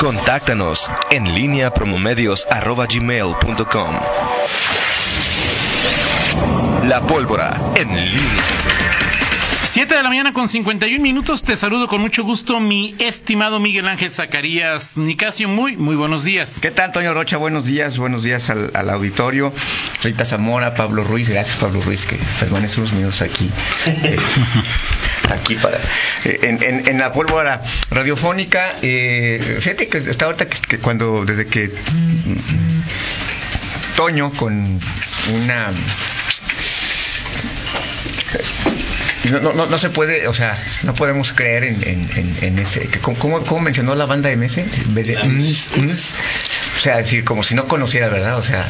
Contáctanos en línea promomedios.com. La pólvora en línea. 7 de la mañana con 51 minutos. Te saludo con mucho gusto, mi estimado Miguel Ángel Zacarías Nicasio. Muy, muy buenos días. ¿Qué tal, Toño Rocha? Buenos días, buenos días al, al auditorio. Rita Zamora, Pablo Ruiz. Gracias, Pablo Ruiz, que permanece unos minutos aquí. eh, aquí para. eh, en, en- en la pólvora radiofónica. Eh, fíjate que está ahorita que, que cuando, desde que. mm, Toño con una No, no, no, no se puede, o sea, no podemos creer en, en, en- en ese. que- ¿cómo- ¿cómo, cómo mencionó la banda MS? BD, mm, mm. o sea, decir, como si no conociera, ¿verdad? O sea.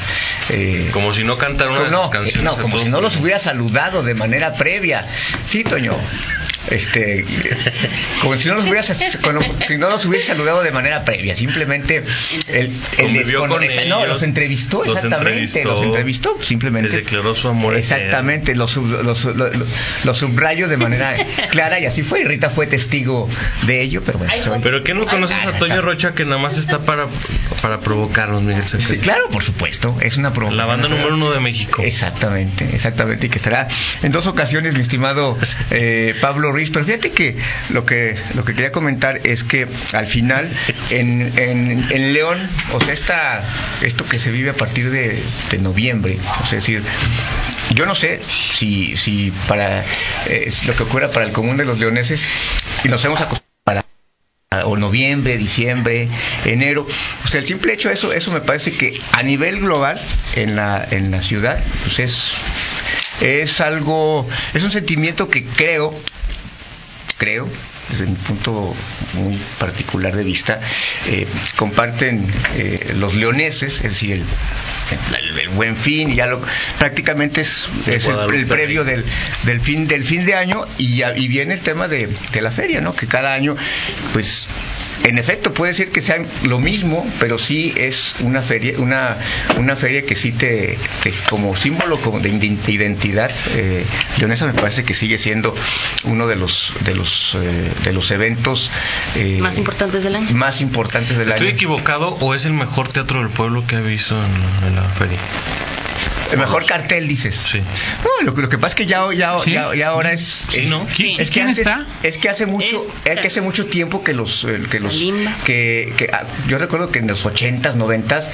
eh, Como si no cantara una como- de sus no, canciones. no, a como todo si no los pulmón. hubiera saludado de manera previa. Sí, Toño. Este, como si no los hubieras, como si no los hubiese saludado de manera previa. Simplemente el, el Convivió descono- con esa- no, ellos, los entrevistó los exactamente, entrevistó, los entrevistó simplemente. les declaró su amor Exactamente, los los, los, los subrayo de manera clara y así fue. Y Rita fue testigo de ello, pero bueno. soy- ¿Pero qué no conoces a Toño Rocha que nada más está para, para provocarnos, Miguel Zacarías? Sí, claro, por supuesto, es una promoción. La banda número uno de México. Exactamente, exactamente, y que estará en dos ocasiones, mi estimado eh, Pablo Ruiz. Pero fíjate que lo que lo que quería comentar es que al final en, en- en León, o sea, esta, esto que se vive a partir de, de noviembre, o sea, es decir, yo no sé si, si para eh, si lo que ocurra para el común de los leoneses, y nos hemos acostumbrado o noviembre, diciembre, enero. O sea, el simple hecho de eso, eso me parece que a nivel global en la, en la ciudad, pues es, es algo, es un sentimiento que creo, creo, desde mi punto muy particular de vista, eh, comparten eh, los leoneses, es decir, el, el- el buen fin, y ya lo, prácticamente es, es el, Guadalupe el previo del, del fin del fin de año y, ya- y viene el tema de, de la feria, ¿no? Que cada año, pues, en efecto puede ser que sean lo mismo, pero sí es una feria, una, una feria que sí te, te- como símbolo como de inde- identidad eh, leonesa me parece que sigue siendo uno de los de los eh, de los eventos eh, Más importantes del mm. año. más importantes del ¿Estoy año. equivocado o es el mejor teatro del pueblo que ha visto en la, en la feria? El mejor cartel dices. Sí. No, lo, que- lo que pasa es que ya, ya, Sí. ya, ya ahora es, es- ¿no? ¿Qui- es que quién antes- está? Es que hace mucho, Esta. es que hace mucho tiempo que los, eh, que los, Kalimba. que, que, ah, yo recuerdo que en los 80s, 90s,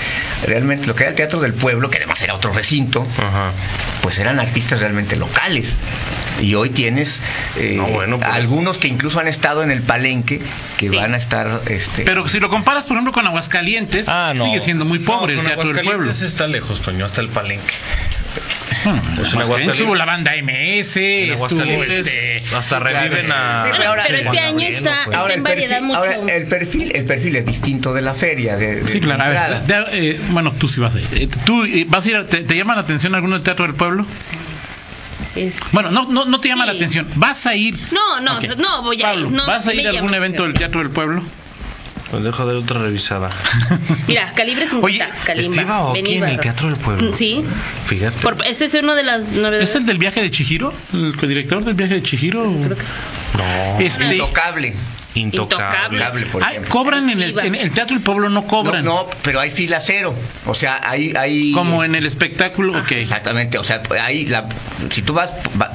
realmente lo que era el teatro del pueblo, que además era otro recinto, Ajá. pues eran artistas realmente locales. Y hoy tienes eh, No, bueno, pues. pero- algunos que incluso han estado en el palenque, que Sí. van a estar, este, Pero si lo comparas, por ejemplo, con Aguascalientes, sigue siendo muy pobre Ah, No, el con Teatro del Pueblo. Aguascalientes está lejos, Toño, hasta el palenque. Bueno, Hmm. en Pues Aguascalientes en Aguascalientes- estuvo la banda MS, En estuvo Aguascalientes este... hasta reviven a... Sí, pero ahora- pero este Juan año Gabriel, está- pues. en variedad mucho. ahora, el perfil, el perfil es distinto de la feria, de, de- Sí, claro. A ver, de- eh, bueno, tú sí vas a ir. Eh, ¿Tú eh, vas a ir? a- Te, te llama la atención alguno del Teatro del Pueblo? Es- Bueno, no, no, no te llama Sí. la atención. ¿Vas a ir? No, no, Ok. no voy a Pablo, ir. No, ¿vas a me ir a algún llama. evento del Teatro del Pueblo? Pues dejo de dar otra revisada. Mira, Calibre es un Oye, Steve Aoki en el Teatro del Pueblo. Sí. Fíjate. Por- ese es uno de las novedades. ¿Es el del viaje de Chihiro? ¿El codirector del viaje de Chihiro? Creo que- No. Este, Intocable, Intocable. intocable, Ah, por ah, ejemplo. cobran en el, en el Teatro del Pueblo, no cobran. No, no, pero hay fila cero. O sea, hay... hay Como en el espectáculo, ok. Exactamente, o sea, ahí la, si tú vas, va-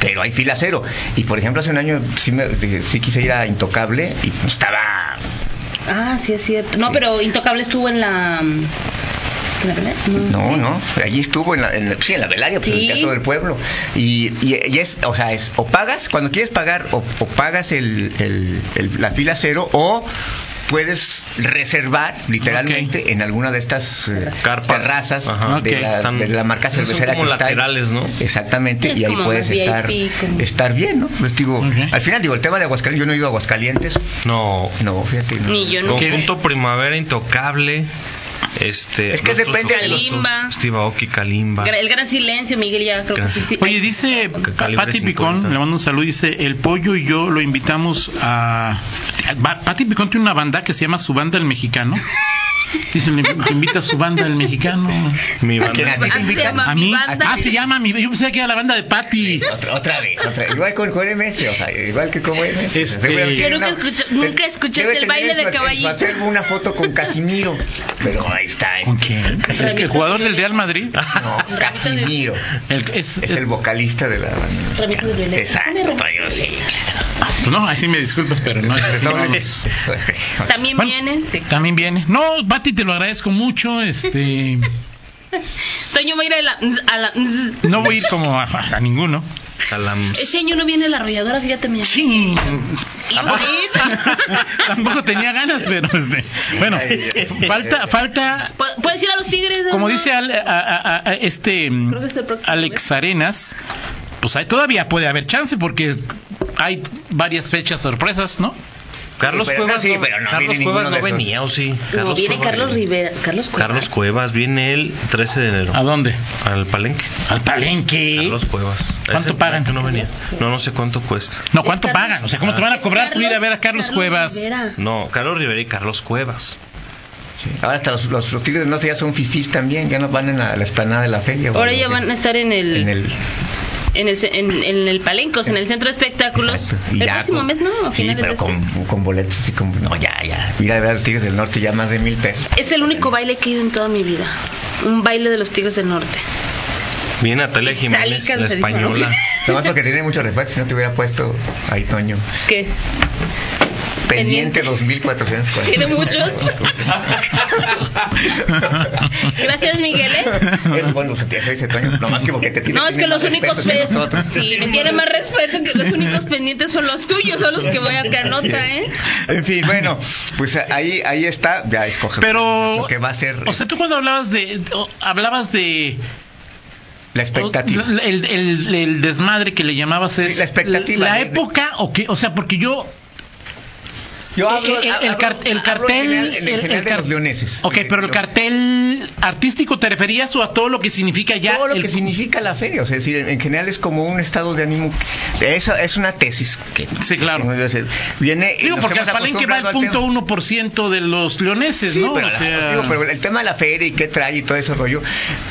pero hay fila cero. Y por ejemplo, hace un año sí, me, de- sí quise ir a Intocable y estaba... Ah, sí, es cierto. No, pero Intocable estuvo en la. mm, ¿En la pelea? No, no, allí estuvo en la, en la- sí, en la velaria, pues, en Sí. el Teatro del Pueblo. Y, y- y es, o sea, es, o pagas, cuando quieres pagar, o, o pagas el, el- el- la fila cero, o puedes reservar literalmente en alguna de estas eh, Carpas. terrazas Ajá. de, Ok. la, Están- de la marca Son cervecera como que está ahí. laterales, ¿no? Exactamente, Es y ahí como puedes más estar, VIP, como- estar bien, ¿no? Pues digo, Ok. al final digo, el tema de Aguascalientes, yo no he ido a Aguascalientes, No. no, fíjate. no. Ni yo no. Conjunto Primavera Intocable. Este, Es que Nostro depende- Socorro, Kalimba. Steve Aoki, Kalimba. Gra- El gran silencio, Miguel, ya creo que Gran sí. sí. Oye, dice Pa- Calibre Pati 50. Picón, le mando un saludo, dice, el pollo y yo lo invitamos a... a- Pati Picón tiene una banda que se llama Su Banda el Mexicano. Dicen, le- te invita a su banda el mexicano. Mi ¿A quién? ¿A banda. ti te Así se invitan? llama ¿A mi mí? banda. Ah, se llama mi. Yo pensé que era la banda de Patty. Otra, otra vez, otra vez. Igual con, con MS, o sea, igual que como MS. Este- Debe haber Pero tenido nunca escucha- nunca te- escuchaste debe el tener baile en de su- en su caballito. acervo una foto con Casimiro. Pero ahí está. eh. ¿Con quién? ¿El, que- el jugador del Real Madrid? No, Casimiro. El- es- Ah. Es el vocalista de la banda. Ramito de Violeta. Exacto, yo sí. es- pues no, ahí sí me disculpas, pero no. ese sí no, no. También Bueno. viene. sí. También viene. No, Pati, te lo agradezco mucho. Este, Toño va a ir a la. A la no voy a ir como a, a ninguno. Calams. Ese año no viene la arrolladora, fíjate, mira. Pues- Sí. Iba a ir. Tampoco tenía ganas, pero este, bueno, falta, falta, Pu- ¿Puedes ir a los tigres? como no? dice Al- a- a- a- este mm, Creo que es el próximo Alex Arenas, pues hay, todavía puede haber chance porque hay varias fechas sorpresas, ¿no? Carlos Sí, pero- Cuevas sí, no, pero no Carlos viene Cuevas ninguno no de esos. venía, ¿o sí? No, viene Cuevas Carlos viene. Rivera. Ah. Carlos Cuevas. Carlos Cuevas viene el 13 de enero ¿A dónde? al Palenque. Al palenque. Carlos Cuevas. ¿Cuánto pagan? No, venía. no, no sé cuánto cuesta. No, ¿cuánto Es Carlos- pagan? O sea, ¿cómo te van a Es cobrar por ir a ver a Carlos, Cuevas? Rivera. No, Carlos Rivera y Carlos Cuevas. Ahora hasta los, los, los Tigres del Norte ya son fifís también, ya no van en la, la esplanada de la feria. Ahora güey, ya van a estar en el. en el En el, ce- en, en el Palencos, en el Centro de Espectáculos. Exacto. Y El ya próximo con- mes, ¿no? A Sí, finales de pero este. con, con boletos y con... No, ya, ya. Mira, de verdad, los Tigres del Norte ya más de mil pesos. Es el único baile que he ido en toda mi vida. Un baile de los Tigres del Norte. Viene Natalia Y Jiménez, salí la cansadísima. española. Nomás porque tiene mucho respeto, si no te hubiera puesto ahí, Toño. ¿Qué? Pendiente. Pendiente 2440. ¿Tiene muchos? Gracias, Miguel. ¿eh? Es bueno, se te hace ese Toño. Nomás que porque te tiene No, es tiene que los más únicos respeto que pendientes. nosotros. Sí, me tiene más respeto que los únicos pendientes son los tuyos, son los que voy acá nota, ¿eh? En fin, bueno, pues ahí, ahí está. Ya escoge. Pero- Lo que va a ser O sea, tú cuando hablabas de, o- hablabas de la expectativa. o- el, el- el desmadre que le llamabas es Sí, la expectativa la de- de- época o qué, o sea, porque yo Yo eh, el, el- el car- el hablo en cartel, general- en el- el general de car- los leoneses. Ok, De- pero el de los- cartel artístico te referías o a todo lo que significa ya todo lo el- que significa la feria, o sea, es decir, en, en general es como un estado de ánimo. Eso es una tesis que Sí, claro. uno debe hacer. viene y Digo, nos porque hemos al Palenque va el acostumbrado al punto tema. 1% de los leoneses, Sí, ¿no? pero, o la- sea, digo, pero el tema de la feria y qué trae y todo ese rollo,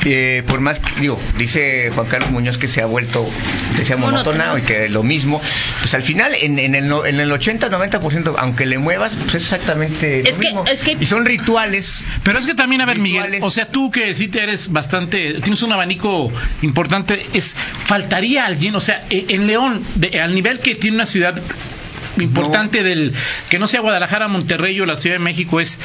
eh, por más, que- digo, dice Juan Carlos Muñoz que se ha vuelto, que se ha monotonado y que lo mismo, pues al final en, en el, no- en el 80-90%, aunque le muevas, pues es exactamente lo Es que- mismo. es que- Y son rituales. Pero es que también, a ver, Miguel, Rituales. o sea, tú que sí te eres bastante, tienes un abanico importante, es faltaría alguien, o sea, e- en León, de- al nivel que tiene una ciudad importante del, que no sea Guadalajara, Monterrey o la Ciudad de México, es,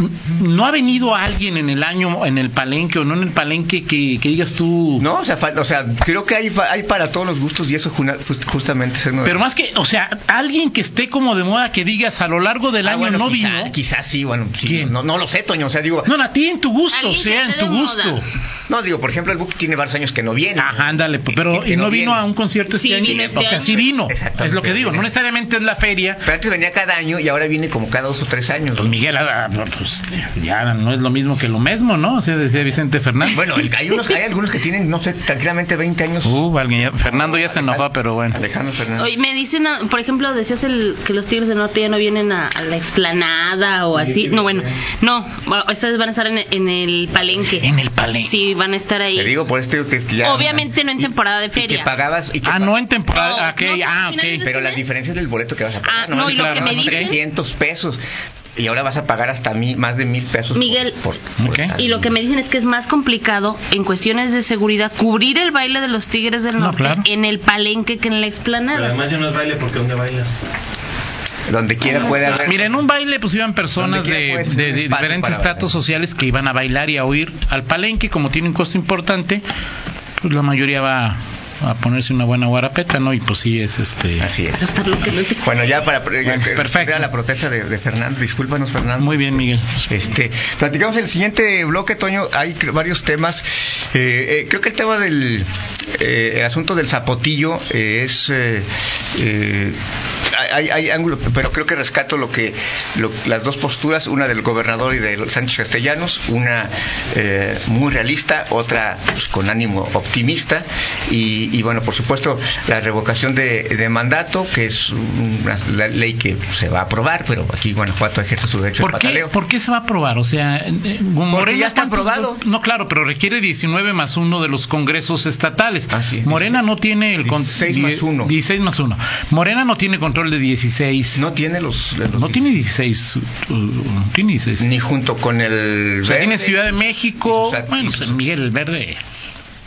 n- ¿no ha venido alguien en el año, en el palenque o no en el palenque que, que digas tú? No, o sea, fal- o sea creo que hay, fa- hay para todos los gustos y eso juna- just- justamente es uno de- Pero más que, o sea, alguien que esté como de moda que digas a lo largo del Ah, año bueno, no quizá- vino. Quizás sí, bueno, sí, ¿Quién? No, no lo sé, Toño, o sea, digo, No, no, a ti en tu gusto, o Alguien que sea, en esté tu de gusto. moda. no, digo, por ejemplo, el Book tiene varios años que no viene. Ajá, ándale, pues, pero Que- que y no, no vino viene. a un concierto este Sí, año. vino este o sea, año. sí vino. Exactamente, Es lo que digo. No viene. necesariamente es la feria. Pero antes venía cada año y ahora viene como cada dos o tres años. Pues Miguel, ah, no, pues, ya no es lo mismo que lo mismo, ¿no? O sea, decía Vicente Fernández. Bueno, el- hay, unos, hay algunos que tienen, no sé, tranquilamente 20 años. Uh, alguien ya- Fernando ya se enojó, pero bueno. Alejandro Fernández. Oye, me dicen, ah, por ejemplo, decías el, que los Tigres del Norte ya no vienen a, a la explanada o así. No, bueno, no, va- estas van a estar en, el- en el palenque. En el palenque. Sí, van a estar ahí. Te digo, por este que ya... Obviamente no en temporada de Y que feria. pagabas... Y que Ah, pag- no en temporada. No, ah, ok, no, pues, ah, al final ok. es- Pero la diferencia es el boleto que vas a pagar. Ah, no, y lo que me son dicen- 300 pesos. Y ahora vas a pagar hasta mil, más de mil pesos. por- Miguel, por- por Ok. estar. Y lo que me dicen es que es más complicado en cuestiones de seguridad cubrir el baile de los Tigres del No, Norte claro. en el palenque que en la explanada. ya no es baile porque ¿dónde bailas? Donde quiera puede haber... Mira, en Ah, un baile pues iban personas Donde de, quiera, pues, de- un de espacio diferentes para estratos sociales que iban a bailar y a oír al palenque, como tiene un costo importante, pues la mayoría va a ponerse una buena guarapeta, ¿no? Y pues sí es este... Así es. Hasta lo que no te- Bueno, ya para... eh, perfecto. Era la protesta de, de Fernando. Discúlpanos, Fernando. Muy bien, Miguel. Este, platicamos el siguiente bloque, Toño. Hay cre- varios temas. Eh, eh, creo que el tema del eh, el asunto del zapotillo eh, es eh, eh, hay, hay ángulo, pero creo que rescato lo que lo- las dos posturas, una del gobernador y de Sánchez Castellanos, una eh, muy realista, otra pues, con ánimo optimista y, y bueno, por supuesto, la revocación de, de mandato, que es una la ley que se va a aprobar, pero aquí Guanajuato ejerce su derecho de ¿Por qué, pataleo. ¿Por qué se va a aprobar? O sea, eh, eh, Morena ya está ¿cuántos aprobado. votos? No, claro, pero requiere 19 más uno de los congresos estatales. Así es. Morena no tiene el 16 más uno. 16 más uno. Morena no tiene control de 16. No tiene los, de los- No tiene 16. uh, no tiene 16. ni junto con el o sea, tiene verde, Ciudad de y México. sus- Bueno, y sus- pues Miguel el Verde.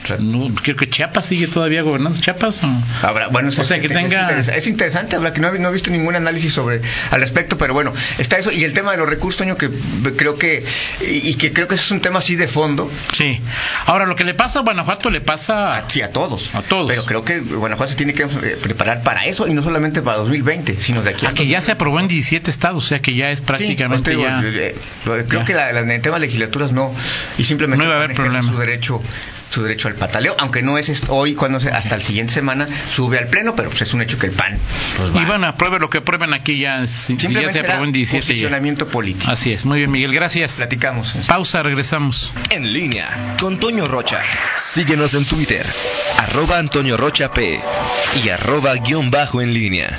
o sea, No, creo que Chiapas sigue todavía gobernando. ¿Chiapas o no? Habrá, bueno, es- O sea, que es- tenga- es, interesa- es interesante, habrá que no, he- no he visto ningún análisis sobre al respecto, pero bueno, está eso y el tema de los recursos, Toño, que creo que y, y que creo que ese es un tema así de fondo, Sí. Ahora, lo que le pasa a Guanajuato le pasa sí a todos, A todos. Pero creo que Guanajuato se tiene que eh, preparar para eso y no solamente para 2020, sino de aquí a Ah, que ya se aprobó en 17 estados, o sea que ya es prácticamente Sí, ya... pues, te digo, eh, eh, creo ya. que la, la- en el tema de legislaturas no y simplemente No iba a haber ejerce problema. su derecho su derecho al pataleo, aunque no es est- hoy cuando se- hasta la siguiente semana sube al pleno, pero pues, es un hecho que el PAN pues, va. Y bueno, aprueben lo que aprueben aquí ya, si- si ya Simplemente se aprobó era en 17. ya. posicionamiento político. Así es, muy bien Miguel, gracias. Platicamos. Pausa, regresamos. En línea con Toño Rocha. Síguenos en Twitter, arroba Antonio Rocha P y arroba guión bajo en línea.